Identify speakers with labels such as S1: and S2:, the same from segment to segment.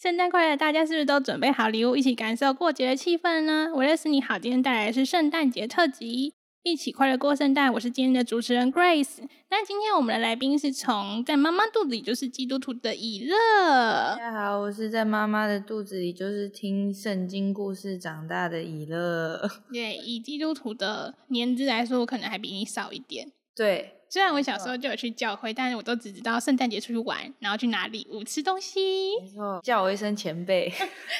S1: 圣诞快乐！大家是不是都准备好礼物，一起感受过节的气氛呢？我认识你好，今天带来的是圣诞节特辑，一起快乐过圣诞。我是今天的主持人 Grace。那今天我们的来宾是从在妈妈肚子里就是基督徒的以
S2: 大
S1: 乐。
S2: 家好，我是在妈妈的肚子里，就是听圣经故事长大的以乐。
S1: 对，以基督徒的年资来说，我可能还比你少一点。
S2: 对，
S1: 虽然我小时候就有去教会，但是我都只知道圣诞节出去玩，然后去拿礼物、吃东西。
S2: 没错，叫我一声前辈。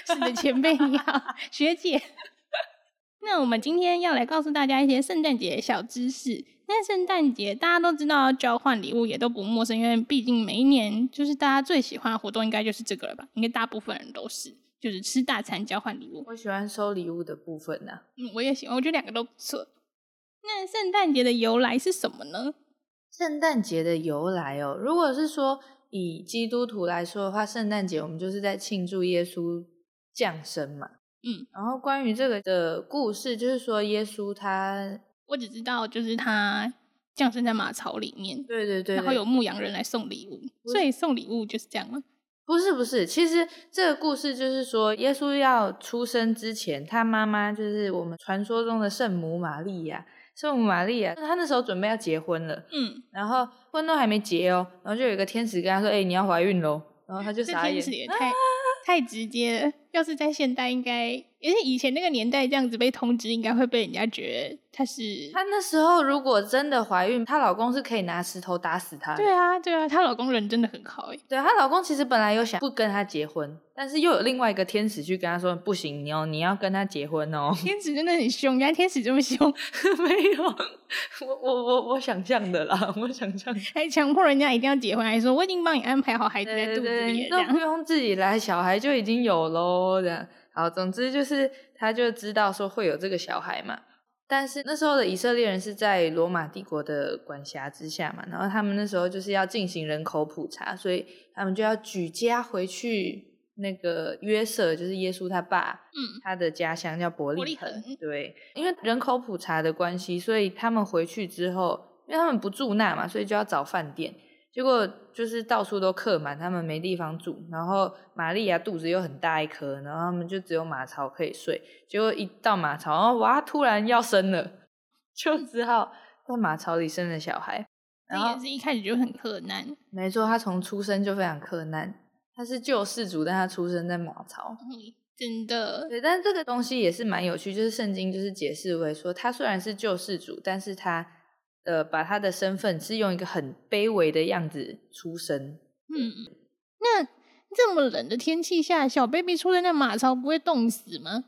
S1: 是的，前辈你好，学姐。 那我们今天要来告诉大家一些圣诞节小知识。那圣诞节大家都知道要交换礼物，也都不陌生，因为毕竟每一年就是大家最喜欢的活动应该就是这个了吧？应该大部分人都是，就是吃大餐交换礼物。
S2: 我喜欢收礼物的部分呢、
S1: 嗯，我也喜欢，我觉得两个都不错。那圣诞节的由来是什么呢？
S2: 圣诞节的由来哦，如果是说以基督徒来说的话，圣诞节我们就是在庆祝耶稣降生嘛。
S1: 嗯，
S2: 然后关于这个的故事，就是说耶稣他，
S1: 我只知道就是它降生在马槽里面，
S2: 对对对
S1: 然后
S2: 对
S1: 有牧羊人来送礼物，所以送礼物就是这样吗？
S2: 不是不是，其实这个故事就是说，耶稣要出生之前，他妈妈就是我们传说中的圣母玛利亚。圣母玛利亚，她那时候准备要结婚了，
S1: 嗯，
S2: 然后婚都还没结哦，然后就有一个天使跟她说：“哎、你要怀孕喽！”然后她就
S1: 这
S2: 傻
S1: 天
S2: 眼啊
S1: 使。也太、太直接了。要是在现代，应该而且以前那个年代这样子被通知，应该会被人家觉得他是
S2: 她那时候如果真的怀孕，她老公是可以拿石头打死她的。
S1: 对啊对啊，她老公人真的很好哎、
S2: 对，她老公其实本来有想不跟她结婚，但是又有另外一个天使去跟她说：“不行，你要你要跟她结婚哦。
S1: 天使真的很凶，原来天使这么凶，”
S2: 没有，我我我我想象的啦，我想象的。
S1: 还强迫人家一定要结婚，还说我已经帮你安排好孩子在
S2: 对
S1: 肚子里了
S2: 对，
S1: 这
S2: 都不
S1: 样。
S2: 用自己来，小孩就已经有喽。这样好，总之就是他就知道说会有这个小孩嘛。但是那时候的以色列人是在罗马帝国的管辖之下嘛，然后他们那时候就是要进行人口普查，所以他们就要举家回去那个约瑟，就是耶稣他爸，
S1: 嗯，
S2: 他的家乡叫伯
S1: 伯
S2: 利
S1: 利
S2: 恒。
S1: 恒
S2: 对，因为人口普查的关系，所以他们回去之后，因为他们不住那嘛，所以就要找饭店。结果就是到处都客满，他们没地方住。然后玛利亚肚子又很大一颗，然后他们就只有马槽可以睡。结果一到马槽，然后哇，突然要生了， 就只好在马槽里生了小孩。然
S1: 这也
S2: 后
S1: 是一开始就很困难，
S2: 没错，他从出生就非常困难。他是救世主，但他出生在马槽。
S1: 嗯真的
S2: 对，但是这个东西也是蛮有趣，就是圣经就是解释为说，他虽然是救世主，但是他呃把他的身份是用一个很卑微的样子出生。
S1: 嗯。那这么冷的天气下，小 baby 出生在马槽不会冻死吗？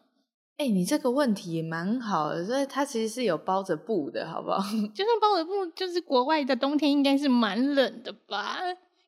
S2: 哎、你这个问题也蛮好的，所以它其实是有包着布的，好不 好？
S1: 就算包围布，就是国外的冬天应该是蛮冷的吧？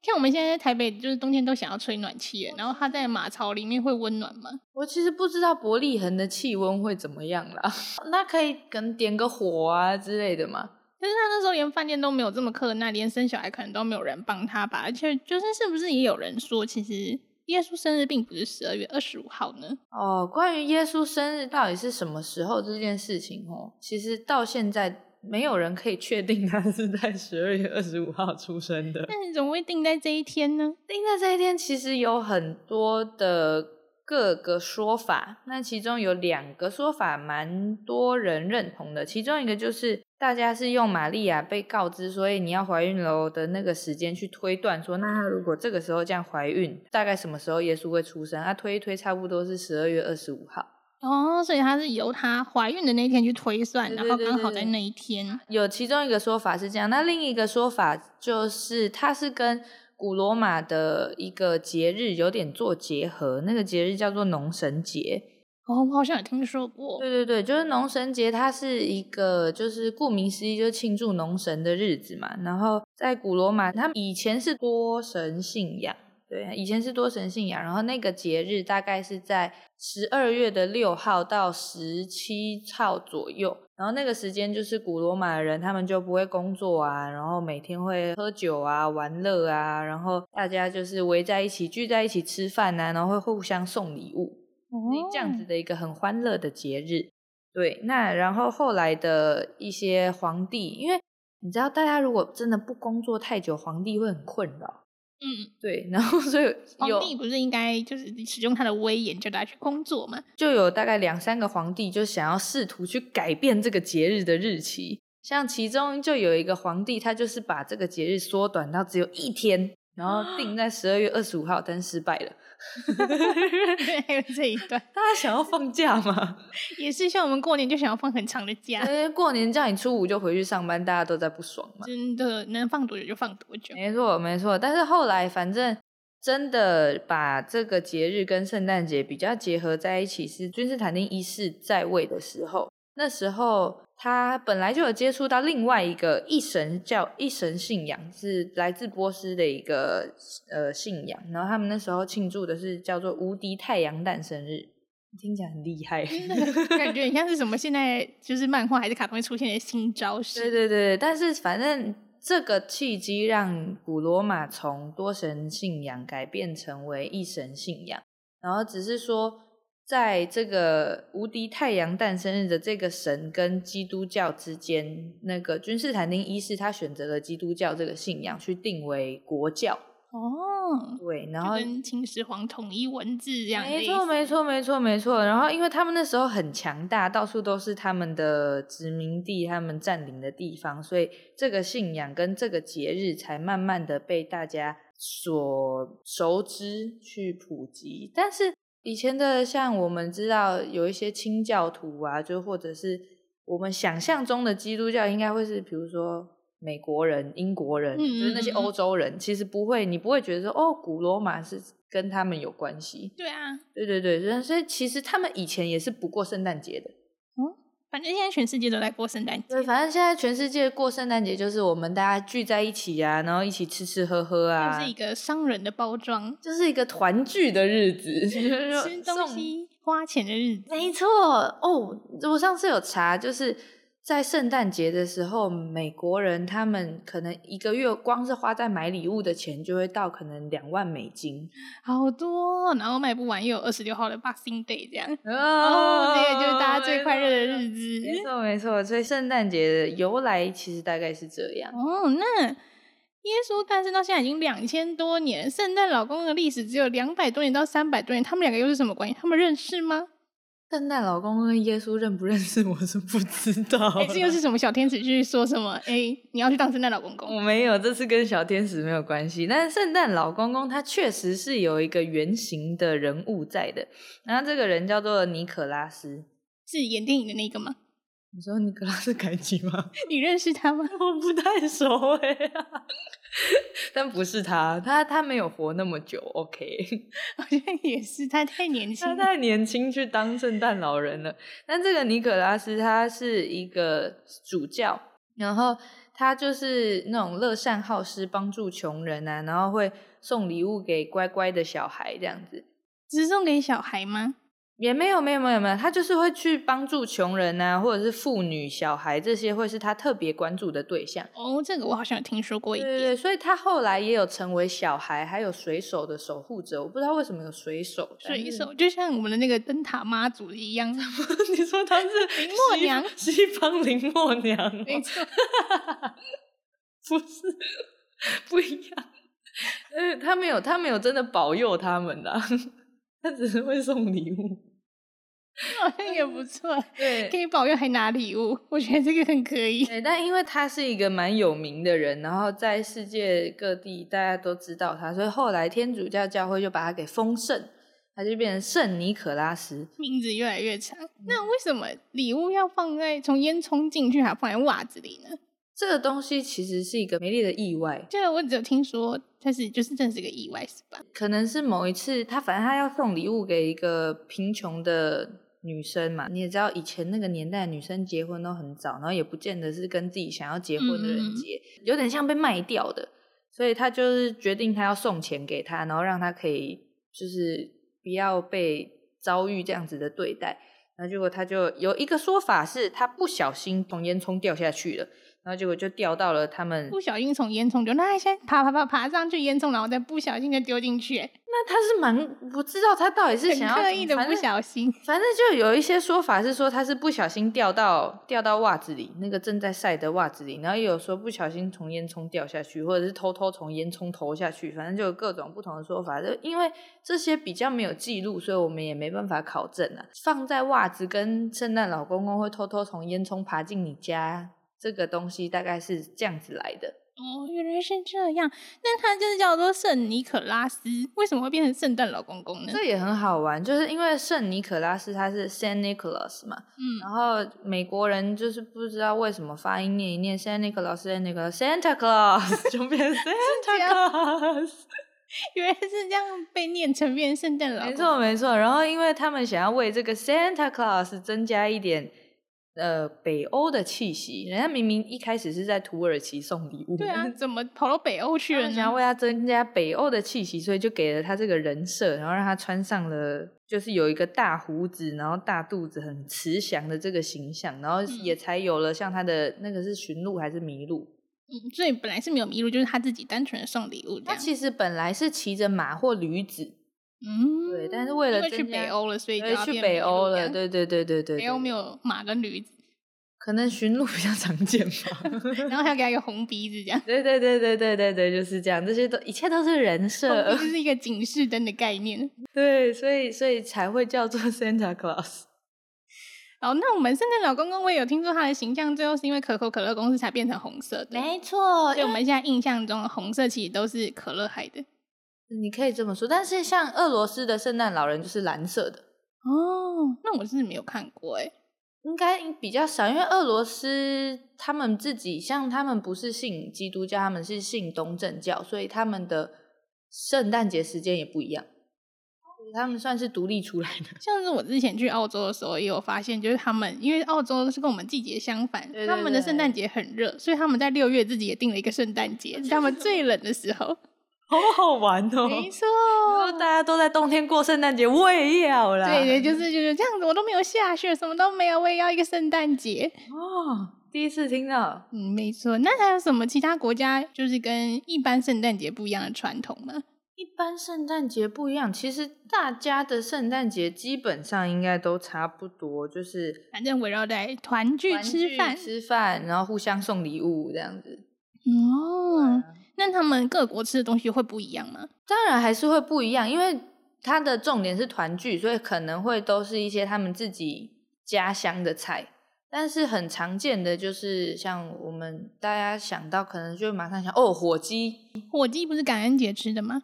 S1: 看我们现在在台北，就是冬天都想要吹暖气耶，然后它在马槽里面会温暖吗？
S2: 我其实不知道伯利恒的气温会怎么样啦， 那可以可能点个火啊之类的嘛。
S1: 但是他那时候连饭店都没有这么困难，连生小孩可能都没有人帮他吧。而且就是是不是也有人说，其实耶稣生日并不是十二月二十五号呢？
S2: 哦，关于耶稣生日到底是什么时候这件事情哦，其实到现在没有人可以确定他是在十二月二十五号出生的。
S1: 但是怎么会定在这一天呢？
S2: 定在这一天其实有很多的各个说法，那其中有两个说法蛮多人认同的，其中一个就是大家是用玛利亚被告知，所以你要怀孕喽的那个时间去推断说，那她如果这个时候这样怀孕，大概什么时候耶稣会出生？啊，推一推，差不多是十二月二十五号。
S1: 哦，所以他是由她怀孕的那一天去推算，
S2: 对
S1: 然
S2: 对
S1: 后
S2: 对
S1: 刚
S2: 对
S1: 好在
S2: 对
S1: 那一天。
S2: 有其中一个说法是这样，那另一个说法就是它是跟古罗马的一个节日有点做结合，那个节日叫做农神节。
S1: 哦，我好像有听说过。
S2: 对对对，就是农神节，它是一个就是顾名思义，就是庆祝农神的日子嘛。然后在古罗马，他们以前是多神信仰，对，以前是多神信仰。然后那个节日大概是在十二月的六号到十七号左右。然后那个时间就是古罗马的人，他们就不会工作啊，然后每天会喝酒啊、玩乐啊，然后大家就是围在一起、聚在一起吃饭啊，然后会互相送礼物。所以这样子
S1: 哦
S2: 的一个很欢乐的节日。对，那然后后来的一些皇帝，因为你知道，大家如果真的不工作太久，皇帝会很困扰。
S1: 嗯，
S2: 对，然后所以有
S1: 皇哦帝不是应该就是使用他的威严叫大家去工作 吗？
S2: 就有大概两三个皇帝就想要试图去改变这个节日的日期，像其中就有一个皇帝，他就是把这个节日缩短到只有一天，然 后定在十二月二十五号，但失败了。
S1: 对，还有这一段
S2: 大家想要放假吗？
S1: 也是像我们过年就想要放很长的假，
S2: 因为过年叫你初五就回去上班，大家都在不爽嘛。
S1: 真的能放多久就放多久。
S2: 没错，没错。但是后来，反正真的把这个节日跟圣诞节比较结合在一起，是君士坦丁一世在位的时候。那时候他本来就有接触到另外一个一神教、一神信仰，是来自波斯的一个呃信仰。然后他们那时候庆祝的是叫做无敌太阳诞生日，听起来很厉害。
S1: 嗯那个感觉很像是什么现在就是漫画还是卡通会出现的新招
S2: 对
S1: 式，
S2: 对对，但是反正这个契机让古罗马从多神信仰改变成为一神信仰，然后只是说在这个无敌太阳诞生日的这个神跟基督教之间，那个君士坦丁一世他选择了基督教这个信仰去定为国教，
S1: 哦，
S2: 对，然
S1: 就
S2: 后
S1: 跟秦始皇统一文字啊这样的
S2: 没
S1: 意
S2: 错，
S1: 思，
S2: 没错，没错，没错。然后，因为他们那时候很强大，到处都是他们的殖民地，他们占领的地方，所以这个信仰跟这个节日才慢慢的被大家所熟知去普及。但是以前的，像我们知道有一些清教徒啊，就或者是我们想象中的基督教，应该会是比如说。美国人、英国人，
S1: 嗯
S2: 就是那些
S1: 嗯嗯
S2: 欧洲人，其实不会，你不会觉得说，哦，古罗马是跟他们有关系，
S1: 对啊，
S2: 对对对，所以所以其实他们以前也是不过圣诞节的。
S1: 反正现在全世界都在过圣诞节
S2: 对，，反正现在全世界过圣诞节就是我们大家聚在一起啊，然后一起吃吃喝喝啊，
S1: 就是一个商人的包装，
S2: 就是一个团聚的日子， 就是说
S1: 吃东
S2: 送
S1: 西花钱的日子，
S2: 没错哦，我上次有查，就是在圣诞节的时候，美国人他们可能一个月光是花在买礼物的钱，就会到可能两万美金。
S1: 好多，然后卖不完，又有二十六号的 Boxing Day 这样，
S2: 哦
S1: 哦，这个就是大家最快乐的
S2: 子。
S1: 日子
S2: 没。错没错，所以圣诞节的由来其实大概是这样。
S1: 哦，那耶稣诞生到现在已经两千多年，圣诞老公公的历史只有两百多年到三百多年，他们两个又是什么关系？他们认识 吗？
S2: 圣诞老公跟耶稣认不认识我是不知 道啦，
S1: 还是又是什么小天使去说什么？哎、你要去当圣诞老公公？
S2: 我没有，这次跟小天使没有关系。但是圣诞老公公他确实是有一个原型的人物在的，然后这个人叫做尼可拉斯。
S1: 是演电影的那个吗？
S2: 你说尼可拉斯凯奇吗？
S1: 你认识他吗？
S2: 我不太熟哎、 但不是他，他他没有活那么久，OK。
S1: 好像也是，他太年轻
S2: 他
S1: 了。
S2: 太年轻去当圣诞老人了。但这个尼可拉斯他是一个主教，然后他就是那种乐善好施，帮助穷人啊，然后会送礼物给乖乖的小孩这样子。
S1: 只是送给小孩吗？
S2: 也没有，没有，没有，没有，他就是会去帮助穷人啊，或者是妇女、小孩这些，会是他特别关注的对象。
S1: 哦，这个我好像有听说过一
S2: 对
S1: 点。
S2: 对对，所以他后来也有成为小孩还有水手的守护者。我不知道为什么有水手，但
S1: 水
S2: 是
S1: 手就像我们的那个灯塔妈祖一样，
S2: 你说她是
S1: 林默
S2: 西
S1: 娘
S2: 西方林默娘哦、
S1: 没错，
S2: 不是不一样。 呃，他没有，他没有真的保佑他们啦， 他只是会送礼物。
S1: 好像也不错，
S2: 对
S1: 可以保佑还拿礼物，我觉得这个很可以。
S2: 对，但因为他是一个蛮有名的人，然后在世界各地大家都知道他，所以后来天主教教会就把他给封圣，他就变成圣尼可拉斯。
S1: 名字越来越长，那为什么礼物要放在从烟囱进去，还放在袜子里呢？
S2: 这个东西其实是一个美丽的意外，
S1: 这个我只有听说，但是就是真的是个意外，是吧？
S2: 可能是某一次，他反正他要送礼物给一个贫穷的女生嘛。你也知道，以前那个年代，女生结婚都很早，然后也不见得是跟自己想要结婚的
S1: 嗯嗯
S2: 人
S1: 嗯
S2: 结，有点像被卖掉的。所以他就是决定他要送钱给他，然后让他可以就是不要被遭遇这样子的对待。然后结果他就有一个说法是，他不小心从烟囱掉下去了。然后结果就掉到了他们
S1: 不小心从烟囱就那先爬爬爬爬上去烟囱，然后再不小心的丢进去，
S2: 那他是蛮不知道他到底是
S1: 很
S2: 想要
S1: 刻意的
S2: 反
S1: 不
S2: 正
S1: 小心。
S2: 反正就有一些说法是说他是不小心掉到掉到袜子里，那个正在晒的袜子里，然后也有说不小心从烟囱掉下去，或者是偷偷从烟囱投下去，反正就有各种不同的说法。就因为这些比较没有记录，所以我们也没办法考证啊。放在袜子跟圣诞老公公会偷偷从烟囱爬进你家这个东西，大概是这样子来的。
S1: 哦，原来是这样。那他就是叫做圣尼可拉斯，为什么会变成圣诞老公公呢？
S2: 这也很好玩，就是因为圣尼可拉斯他是 Saint Nicholas 嘛，
S1: 嗯，
S2: 然后美国人就是不知道为什么发音念一念 Santa Claus，Santa Claus，Santa Claus 就变 Santa
S1: 啊
S2: Claus。
S1: 原来是这样被念成变成圣诞老
S2: 没
S1: 公公。
S2: 错没错，然后因为他们想要为这个 Santa Claus 增加一点呃北欧的气息，人家明明一开始是在土耳其送礼物，
S1: 对啊，怎么跑到北欧去
S2: 他
S1: 了
S2: 们想要
S1: 呢？
S2: 为他增加北欧的气息，所以就给了他这个人设，然后让他穿上了就是有一个大胡子，然后大肚子，很慈祥的这个形象，然后
S1: 嗯
S2: 也才有了像他的那个是驯鹿还是麋鹿，
S1: 嗯所以本来是没有迷路，就是他自己单纯的送礼物这
S2: 他
S1: 样。
S2: 其实本来是骑着马或驴子，
S1: 嗯，
S2: 对，但是为
S1: 因
S2: 了
S1: 为去
S2: 增加
S1: 北欧了，所以就
S2: 对，
S1: 要
S2: 去
S1: 变
S2: 北
S1: 麋鹿
S2: 欧
S1: 这
S2: 了，
S1: 样，
S2: 对对对对对，
S1: 北欧没
S2: 有，
S1: 有马跟驴子，
S2: 可能驯鹿比较常见吧。
S1: 然后还要给他一个红鼻子这样。
S2: 对对对对对对对，就是这样，这些都一切都是人
S1: 红
S2: 设
S1: 鼻，子是一个警示灯的概念。
S2: 对，所以所以才会叫做 Santa Claus。
S1: 哦，那我们圣诞老公公，我也有听说他的形象最后是因为可口可乐公司才变成红色的。
S2: 没错
S1: 所以我们现在印象中的红色其实都是可乐害的。
S2: 你可以这么说，但是像俄罗斯的圣诞老人就是蓝色的，
S1: 哦，那我是没有看过哎、
S2: 应该比较少，因为俄罗斯他们自己像他们不是信基督教，他们是信东正教，所以他们的圣诞节时间也不一样，他们算是独立出来的。
S1: 像是我之前去澳洲的时候，也有发现，就是他们因为澳洲是跟我们季节相反，
S2: 对对
S1: 他们的圣
S2: 对
S1: 诞节很热，所以他们在六月自己也定了一个圣诞节，是他们最冷的时候。
S2: 好好玩哦
S1: 没错，
S2: 大家都在冬天过圣诞节，我也要啦。
S1: 对 对，就是就是这样子，我都没有下雪，什么都没有，我也要一个圣诞节。
S2: 哦，第一次听到。
S1: 嗯，没错。那还有什么其他国家就是跟一般圣诞节不一样的传统吗？
S2: 一般圣诞节不一样，其实大家的圣诞节基本上应该都差不多，就是
S1: 反正围绕在团聚
S2: 玩
S1: 吃
S2: 具
S1: 饭。
S2: 吃饭，然后互相送礼物这样子。
S1: 哦，那他们各国吃的东西会不一样吗？
S2: 当然还是会不一样，因为它的重点是团聚，所以可能会都是一些他们自己家乡的菜。但是很常见的就是像我们大家想到，可能就马上想哦，火鸡
S1: 火鸡不是感恩节吃的吗？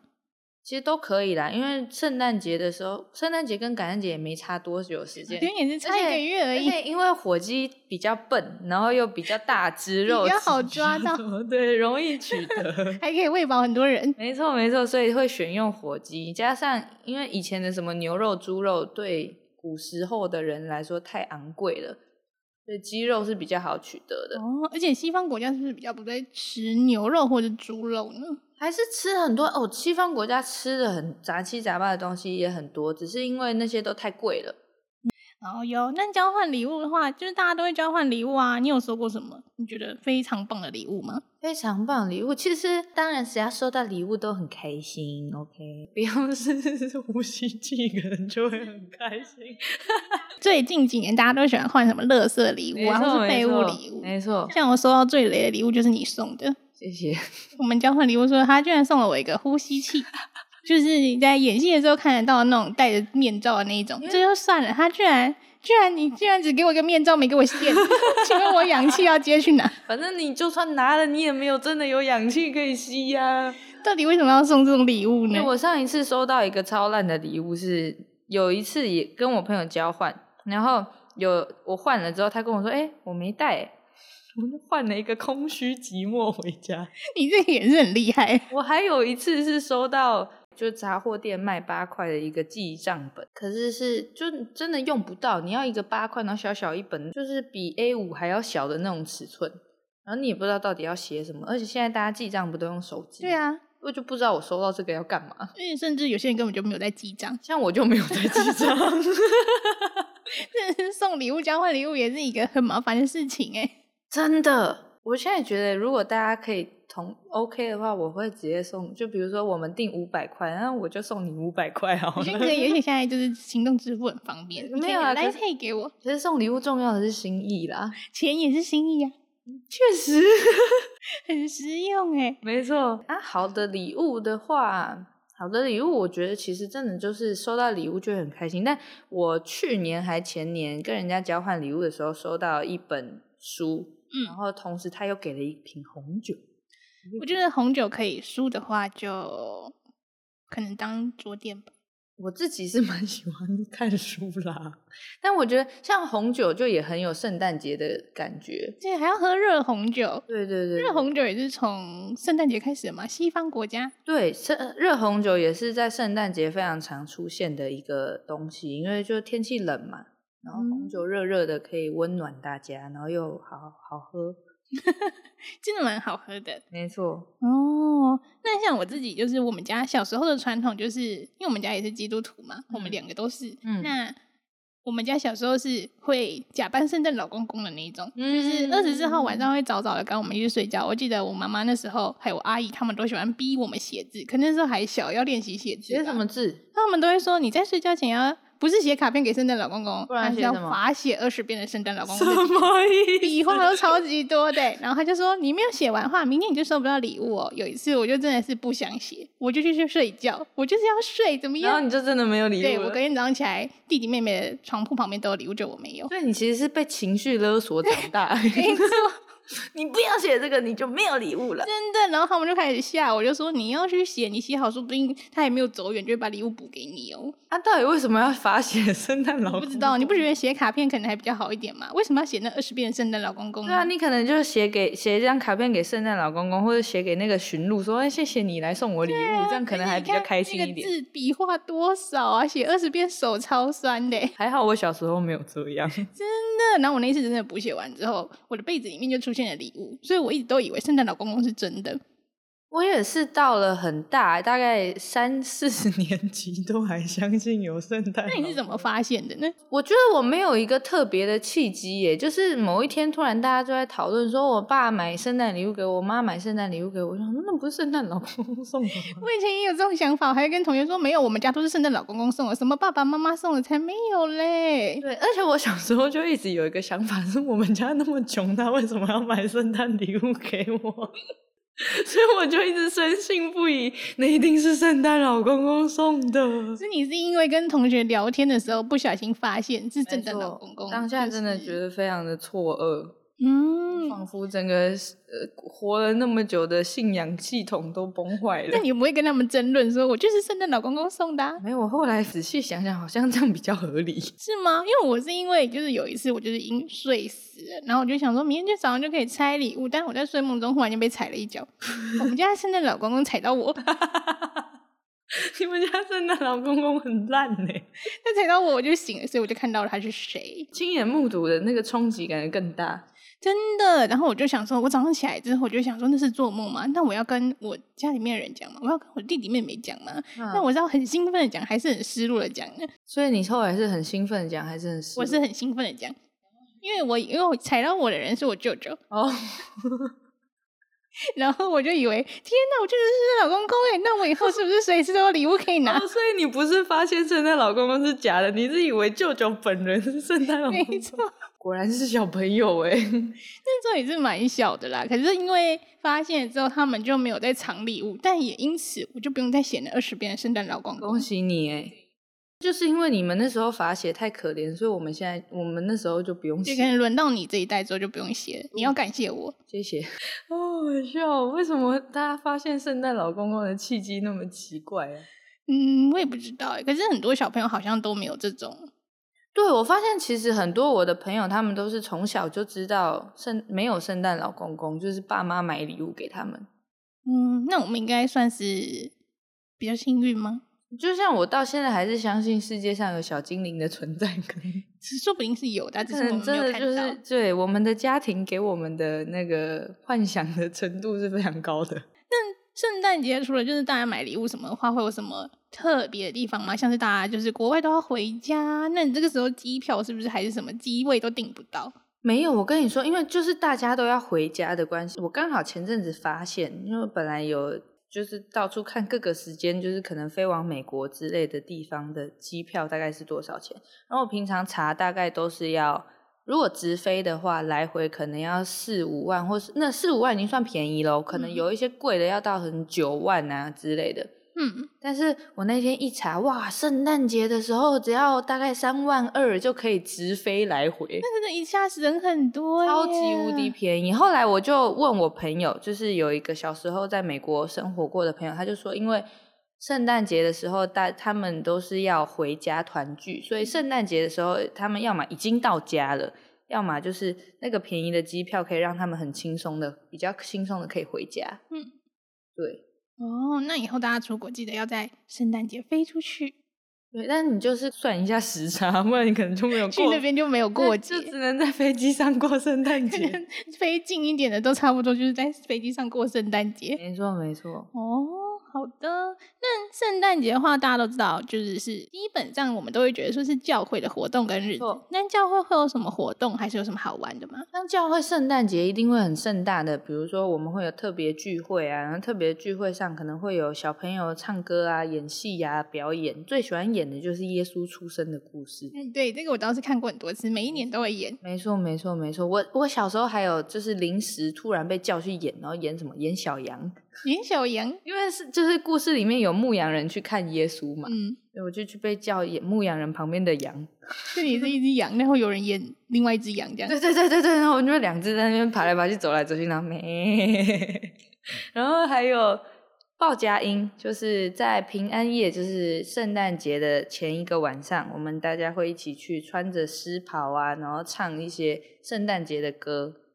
S2: 其实都可以啦，因为圣诞节的时候，圣诞节跟感恩节也没差多久时
S1: 好
S2: 间。
S1: 像也是差一个月而
S2: 而
S1: 已。
S2: 且因为火鸡比较笨，然后又比较大只，
S1: 比
S2: 肉
S1: 较
S2: 质
S1: 好
S2: 比
S1: 抓
S2: 较
S1: 到
S2: 多，对，容易取得。
S1: 还可以喂饱很多人。
S2: 没错，没错，所以会选用火鸡，加上因为以前的什么牛肉、猪肉对古时候的人来说太昂贵了，所以鸡肉是比较好取得的。
S1: 哦，而且西方国家是不是比较不在吃牛肉或者猪肉呢？
S2: 还是吃很多哦，西方国家吃的很杂七杂八的东西也很多，只是因为那些都太贵了。
S1: 然后哦有，那交换礼物的话，就是大家都会交换礼物啊。你有收过什么你觉得非常棒的礼物吗？
S2: 非常棒的礼物，其实当然只要收到礼物都很开心，OK，不用是呼吸器，可能就会很开心。
S1: 最近几年大家都喜欢换什么乐色礼物啊，或
S2: 没错
S1: 是废
S2: 没
S1: 物
S2: 错
S1: 礼物。
S2: 没错，
S1: 像我收到最雷的礼物就是你送的，
S2: 谢谢。
S1: 我们交换礼物说他居然送了我一个呼吸器，就是你在演戏的时候看得到那种戴着面罩的那一种，这就算了，他居然居然你居然只给我一个面罩，没给我线， 请问我氧气要接去哪？
S2: 反正你就算拿了，你也没有真的有氧气可以吸呀、
S1: 到底为什么要送这种礼物
S2: 因为
S1: 呢？
S2: 我上一次收到一个超烂的礼物是，有一次也跟我朋友交换，然后有我换了之后，他跟我说：“哎、我没带、我就换了一个空虚寂寞回家。
S1: 你这个也是很厉害，
S2: 我还有一次是收到就杂货店卖八块的一个记账本，可是是就真的用不到，你要一个八块，然后小小一本，就是比 A 五还要小的那种尺寸，然后你也不知道到底要写什么，而且现在大家记账不都用手机？
S1: 对，啊，
S2: 我就不知道我收到这个要干嘛。
S1: 而且甚至有些人根本就没有在记账，
S2: 像我就没有在记账，
S1: 这送礼物交换礼物也是一个很麻烦的事情哎、
S2: 真的。我现在觉得，如果大家可以同 OK 的话，我会直接送。就比如说，我们订五百块，然后我就送你五百块好
S1: 我
S2: 了
S1: 觉。得可以，而且现在就是行动支付很方便，你可
S2: 没
S1: 以
S2: 有啊
S1: 来
S2: 可是
S1: 配给我，
S2: 其实送礼物重要的是心意啦，
S1: 钱也是心意啊，
S2: 确实，
S1: 很实用哎、
S2: 没错。啊，好的礼物的话，好的礼物，我觉得其实真的就是收到礼物就会很开心。但我去年还前年跟人家交换礼物的时候，收到一本书，
S1: 嗯
S2: 然后同时他又给了一瓶红酒。
S1: 我觉得红酒可以输的话，就可能当桌垫吧。
S2: 我自己是 蛮喜欢看书啦，但我觉得像红酒就也很有圣诞节的感觉。
S1: 对，还要喝热红酒，
S2: 对对对，
S1: 热红酒也是从圣诞节开始的嘛，西方国家。
S2: 对圣热红酒也是在圣诞节非常常出现的一个东西，因为就天气冷嘛，然后红
S1: 嗯
S2: 酒热热的可以温暖大家，然后又好好喝。
S1: 真的蛮好喝的
S2: 没错，
S1: 哦。那像我自己，就是我们家小时候的传统，就是因为我们家也是基督徒嘛，我们
S2: 嗯
S1: 两个都是。
S2: 嗯
S1: 那我们家小时候是会假扮圣诞老公公的那一种，
S2: 嗯
S1: 就是二十四号晚上会早早的赶我们去睡觉。我记得我妈妈那时候还有我阿姨，她们都喜欢逼我们写字，可那时候还小，要练习写字。
S2: 写什？么字？
S1: 他们都会说你在睡觉前要不是写卡片给圣诞老公公，
S2: 不然
S1: 而是
S2: 写
S1: 要
S2: 什么
S1: 罚写二十遍的圣诞老公公。
S2: 么意
S1: 笔画都超级多的欸、然后他就说你没有写完话，明天你就收不到礼物哦。有一次我就真的是不想写，我就去去睡觉，我就是要睡，怎么
S2: 然后
S1: 样？
S2: 你就真的没有礼
S1: 对
S2: 物
S1: 我
S2: 了
S1: 隔。天早上起来，弟弟妹妹的床铺旁边都有礼物，就我没有。
S2: 所以你其实是被情绪勒索长大，
S1: 没错，
S2: 你不要写这个，你就没有礼物了。
S1: 真的。然后他们就开始吓我，就说你要去写，你写好说不定他也没有走远，就会把礼物补给你哦。
S2: 他、啊到底为什么要罚写圣诞老
S1: 我不
S2: 公？
S1: 知道，你不觉得写卡片可能还比较好一点吗？为什么要写那二十遍的圣诞老公公呢？
S2: 对啊，你可能就写给写一张卡片给圣诞老公公，或者写给那个驯鹿说：“哎，谢谢你来送我礼物。这样可能还比较开心一
S1: 啊你看
S2: 点。
S1: 那个字笔画多少啊？写二十遍手超酸的欸。
S2: 还好我小时候没有这样。
S1: 真的，然后我那一次真的补写完之后，我的被子里面就出现了礼物，所以我一直都以为圣诞老公公是真的。
S2: 我也是到了很大，大概三四十年级都还相信有圣诞。
S1: 那你是怎么？发现的呢？
S2: 我觉得我没有一个特别的契机耶，就是某一天突然大家就在讨论说，我爸买圣诞礼物给我，我妈买圣诞礼物给我，我想说那不是圣诞老公公送的吗？
S1: 我以前也有这种想法，我还跟同学说没有，我们家都是圣诞老公公送的，什么爸爸妈妈送的才没有嘞。
S2: 对，而且我小时候就一直有一个想法，是我们家那么穷，他为什么要买圣诞礼物给我？ 所以我就一直深信不疑，那一定是圣诞老公公送的。
S1: 是你是因为跟同学聊天的时候不小心发现是圣诞
S2: 没错
S1: 老公公，
S2: 当下真的觉
S1: 得，
S2: 得非常的错愕，
S1: 嗯，
S2: 仿佛整个呃活了那么久的信仰系统都崩坏
S1: 那
S2: 了。
S1: 你不会跟他们争论说，我就是圣诞老公公送的、啊，
S2: 没有，我后来仔细想想，好像这样比较合理。
S1: 是吗？因为我是因为就是有一次我就是已经睡死了，然后我就想说明天就早上就可以拆礼物，但是我在睡梦中忽然间被踩了一 脚，我们家圣诞老公公踩到我，
S2: 你们家圣诞老公公很烂呢、
S1: 他踩到我我就醒了，所以我就看到了他是谁，
S2: 亲眼目睹的那个冲击感更大。
S1: 真的。然后我就想说，我早上起来之后我就想说那是做梦吗？那我要跟我家里面的人讲吗？我要跟我弟弟妹妹讲吗？
S2: 那
S1: 那我是要很兴奋的讲，还是很失落的讲呢？
S2: 所以你后来是很兴奋地讲，还是很失
S1: 我
S2: 落
S1: 是很兴奋的讲，因为我因为我踩到我的人是我舅舅，
S2: 哦，
S1: 然后我就以为，天哪，我真的是圣诞老公公哎，那我以后是不是随时都有礼物可以拿
S2: 哦？所以你不是发现圣诞老公公是假的，你是以为舅舅本人是圣诞老 公
S1: 没
S2: 公，
S1: 错，
S2: 果然是小朋友哎、
S1: 那时候也是蛮小的啦。可是因为发现了之后，他们就没有再藏礼物，但也因此我就不用再写那二十遍的圣诞老公
S2: 恭
S1: 公。
S2: 喜你哎、就是因为你们那时候罚写太可怜，所以我们现在我们那时候就不用
S1: 就可
S2: 写
S1: 能轮到你这一代之后就不用写了，你要感谢我。
S2: 谢谢。哦，好笑哦，为什么大家发现圣诞老公公的契机那么奇怪啊？
S1: 嗯，我也不知道哎，可是很多小朋友好像都没有这种，
S2: 对，我发现其实很多我的朋友，他们都是从小就知道圣没有圣诞老公公，就是爸妈买礼物给他们。
S1: 嗯，那我们应该算是比较幸运吗？
S2: 就像我到现在还是相信世界上有小精灵的存在，可 能
S1: 其实说不定是有的啊，只
S2: 可
S1: 是我
S2: 能
S1: 们没
S2: 真
S1: 有
S2: 的
S1: 看
S2: 就
S1: 到
S2: 是。对我们的家庭给我们的那个幻想的程度是非常高的。
S1: 圣诞节除了就是大家买礼物什么的话，会有什么特别的地方吗？像是大家就是国外都要回家，那你这个时候机票是不是还是什么机位都订不到？
S2: 没有，我跟你说，因为就是大家都要回家的关系，我刚好前阵子发现，因为本来有就是到处看各个时间，就是可能飞往美国之类的地方的机票大概是多少钱，然后我平常查大概都是要，如果直飞的话，来回可能要四五万，或是那四五万已经算便宜喽，可能
S1: 嗯
S2: 有一些贵的要到很九万啊之类的。
S1: 嗯，
S2: 但是我那天一查，哇，圣诞节的时候只要大概三万二就可以直飞来回，
S1: 但真的一下子人很哦多耶，
S2: 超级无敌便宜。后来我就问我朋友，就是有一个小时候在美国生活过的朋友，他就说，因为圣诞节的时候大他们都是要回家团聚，所以圣诞节的时候他们要么已经到家了。要么就是那个便宜的机票可以让他们很轻松的，比较轻松的可以回家。
S1: 嗯，
S2: 对。
S1: 哦。那以后大家出国记得要在圣诞节飞出去，
S2: 对，但你就是算一下时差，不然你可能就没有
S1: 去
S2: 过
S1: 那边就没有过
S2: 对
S1: 节
S2: 就。只能在飞机上过圣诞 节。
S1: 飞近一点的都差不多就是在飞机上过圣诞节。
S2: 没错，没错。
S1: 哦，好的。那圣诞节的话，大家都知道，就是是基本上我们都会觉得说是教会的活动跟日
S2: 没
S1: 子
S2: 错。
S1: 那教会会有什么活动，还是有什么好玩的吗？
S2: 像教会圣诞节一定会很盛大的，比如说我们会有特别聚会啊，然后特别聚会上可能会有小朋友唱歌啊、演戏呀、表演。最喜欢演的就是耶稣出生的故事。
S1: 嗯，对，这个我倒是看过很多次，每一年都会演。
S2: 没错，没错，没错。我我小时候还有就是临时突然被叫去演，然后演什么？演小羊，
S1: 演小羊，
S2: 因为是就是故事里面有牧羊人去看耶稣嘛，
S1: 嗯，
S2: 所以我就去被叫演牧羊人旁边的羊。
S1: 这里是一只羊，然后有人演另外一只羊这样。
S2: 对对对对对，然后我们就两只在那边爬来爬去，走来走去，然后咩， 然后还有报佳音，就是在平安夜，就是圣诞节的前一个晚上，我们大家会一起去穿着诗袍啊，然后唱一些圣诞节的歌。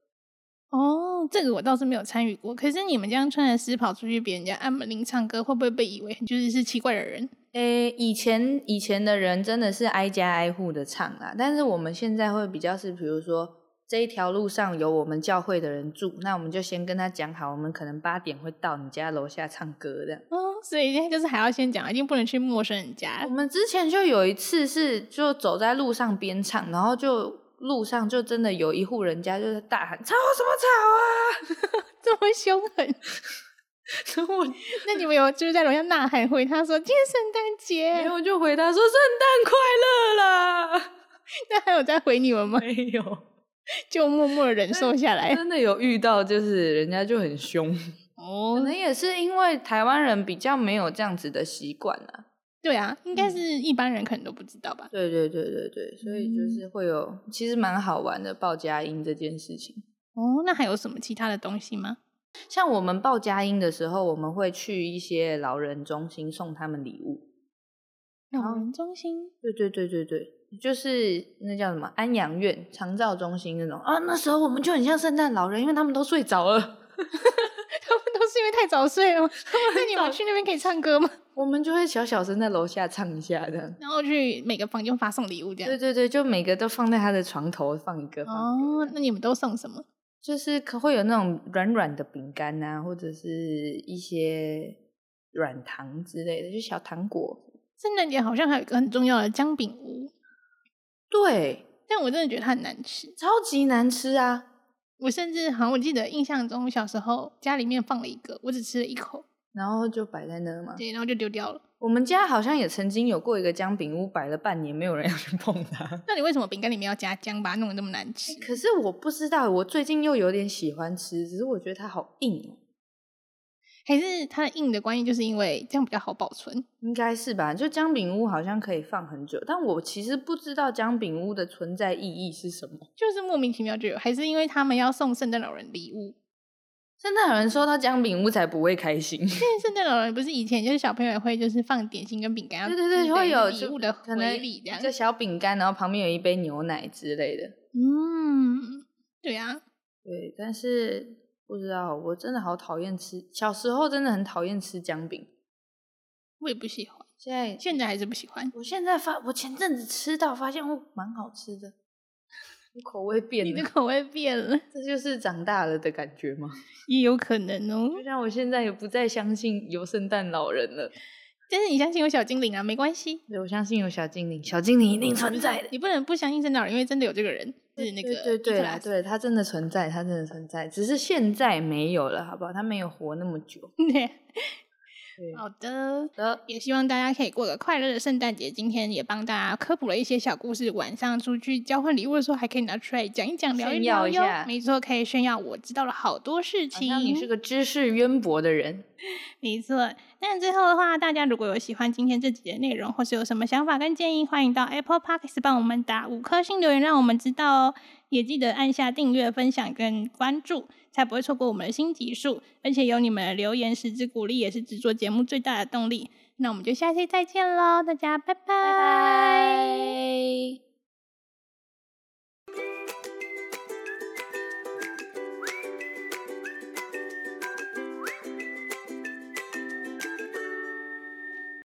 S1: 哦，这个我倒是没有参与过。可是你们这样穿着丝跑出去，别人家按门铃唱歌，会不会被以为就是是奇怪的人？
S2: 诶，以前以前的人真的是挨家挨户的唱啦，但是我们现在会比较是，比如说这一条路上有我们教会的人住，那我们就先跟他讲好，我们可能八点会到你家楼下唱歌这样。
S1: 哦，所以现在就是还要先讲，一定不能去陌生人家
S2: 我。们之前就有一次是就走在路上边唱，然后就路上就真的有一户人家就是大喊吵 什么啊
S1: 这么凶狠。
S2: 吵啊！
S1: 那你们有就是在楼下呐喊回他说今天圣诞
S2: 我然
S1: 节？
S2: 后就回答说圣诞快乐啦，
S1: 那还有在回你 们吗？
S2: 没有，
S1: 就默默的忍受下来。
S2: 真的有遇到就是人家就很凶， 可
S1: 哦，
S2: 能也是因为台湾人比较没有这样子的习惯啊。
S1: 对啊，应该是一般人可能都不知道吧。
S2: 对对对对对，所以就是会有其实蛮好玩的报佳音这件事情。
S1: 哦，那还有什么其他的东西吗？
S2: 像我们报佳音的时候，我们会去一些老人中心送他们礼物。
S1: 老人中心
S2: 对对对对对，就是那叫什么安养院、长照中心那种啊。那时候我们就很像圣诞老人，因为他们都睡着了，
S1: 他们都是因为太早睡了吗？那你们去那边可以唱歌吗？
S2: 我们就会小小声在楼下唱一下这样。
S1: 然后去每个房间发送礼物这
S2: 对
S1: 样。
S2: 对对，就每个都放在他的床头放一个，放一个
S1: 哦，那你们都送什么？
S2: 就是可会有那种软软的饼干啊，或者是一些软糖之类的，就小糖果。
S1: 圣诞节好像还有一个很重要的姜饼屋，
S2: 对，
S1: 但我真的觉得它很难吃。
S2: 超级难吃啊！
S1: 我甚至好像我记得印象中小时候家里面放了一个，我只吃了一口，
S2: 然后就摆在那儿嘛。
S1: 对，然后就丢掉了。
S2: 我们家好像也曾经有过一个姜饼屋，摆了半年，没有人要去碰它。
S1: 那你为什么饼干里面要加姜，把它弄得那么难吃？
S2: 哎可是我不知道，我最近又有点喜欢吃，只是我觉得它好硬哦，
S1: 还是它的硬的关系，就是因为这样比较好保存？
S2: 应该是吧？就姜饼屋好像可以放很久，但我其实不知道姜饼屋的存在意义是什么。
S1: 就是莫名其妙就有，还是因为他们要送圣诞老人礼物？
S2: 圣诞老人收到姜饼屋才不会开心，
S1: 因为圣诞老人不是以前就是小朋友也会就是放点心跟饼干，
S2: 对对对，
S1: 就是
S2: 会有
S1: 等于礼
S2: 就
S1: 物的
S2: 可能
S1: 回礼这样
S2: 一。个小饼干，然后旁边有一杯牛奶之类的。
S1: 嗯，对啊，
S2: 对，但是不知道，我真的好讨厌吃，小时候真的很讨厌吃姜饼。
S1: 我也不喜欢，
S2: 现在，
S1: 现在还是不 喜欢。
S2: 我现在发，我前阵子吃到发现，哦，蛮好吃的， 我口味变
S1: 你的
S2: 了，
S1: 口味变了，
S2: 这就是长大了的感觉吗？
S1: 也有可能哦。
S2: 就像我现在也不再相信有圣诞老人了。
S1: 但是你相信有小精灵啊，没关系，
S2: 对，我相信有小精灵，小精灵一定存在的。
S1: 你不能不相信圣诞老人，因为真的有这个人，是那个
S2: 对对对啦，
S1: 啦，
S2: 对，它真的存在，它真的存在，只是现在没有了，好不好？它没有活那么久。
S1: 对，
S2: 对，
S1: 好的。
S2: 的，
S1: 也希望大家可以过个快乐的圣诞节。今天也帮大家科普了一些小故事，晚上出去交换礼物的时候还可以拿出来讲一讲，聊
S2: 炫
S1: 聊
S2: 耀一
S1: 哟
S2: 下
S1: 没错，可以炫耀我知道了好多事
S2: 好
S1: 情。
S2: 像你是个知识渊博的人。
S1: 没错。那最后的话，大家如果有喜欢今天这集的内容，或是有什么想法跟建议，欢迎到 Apple Podcast 帮我们打五颗星留言，让我们知道哦。也记得按下订阅、分享跟关注，才不会错过我们的新集数。而且有你们的留言、实质鼓励，也是制作节目最大的动力。那我们就下期再见喽，大家拜拜
S2: 拜拜。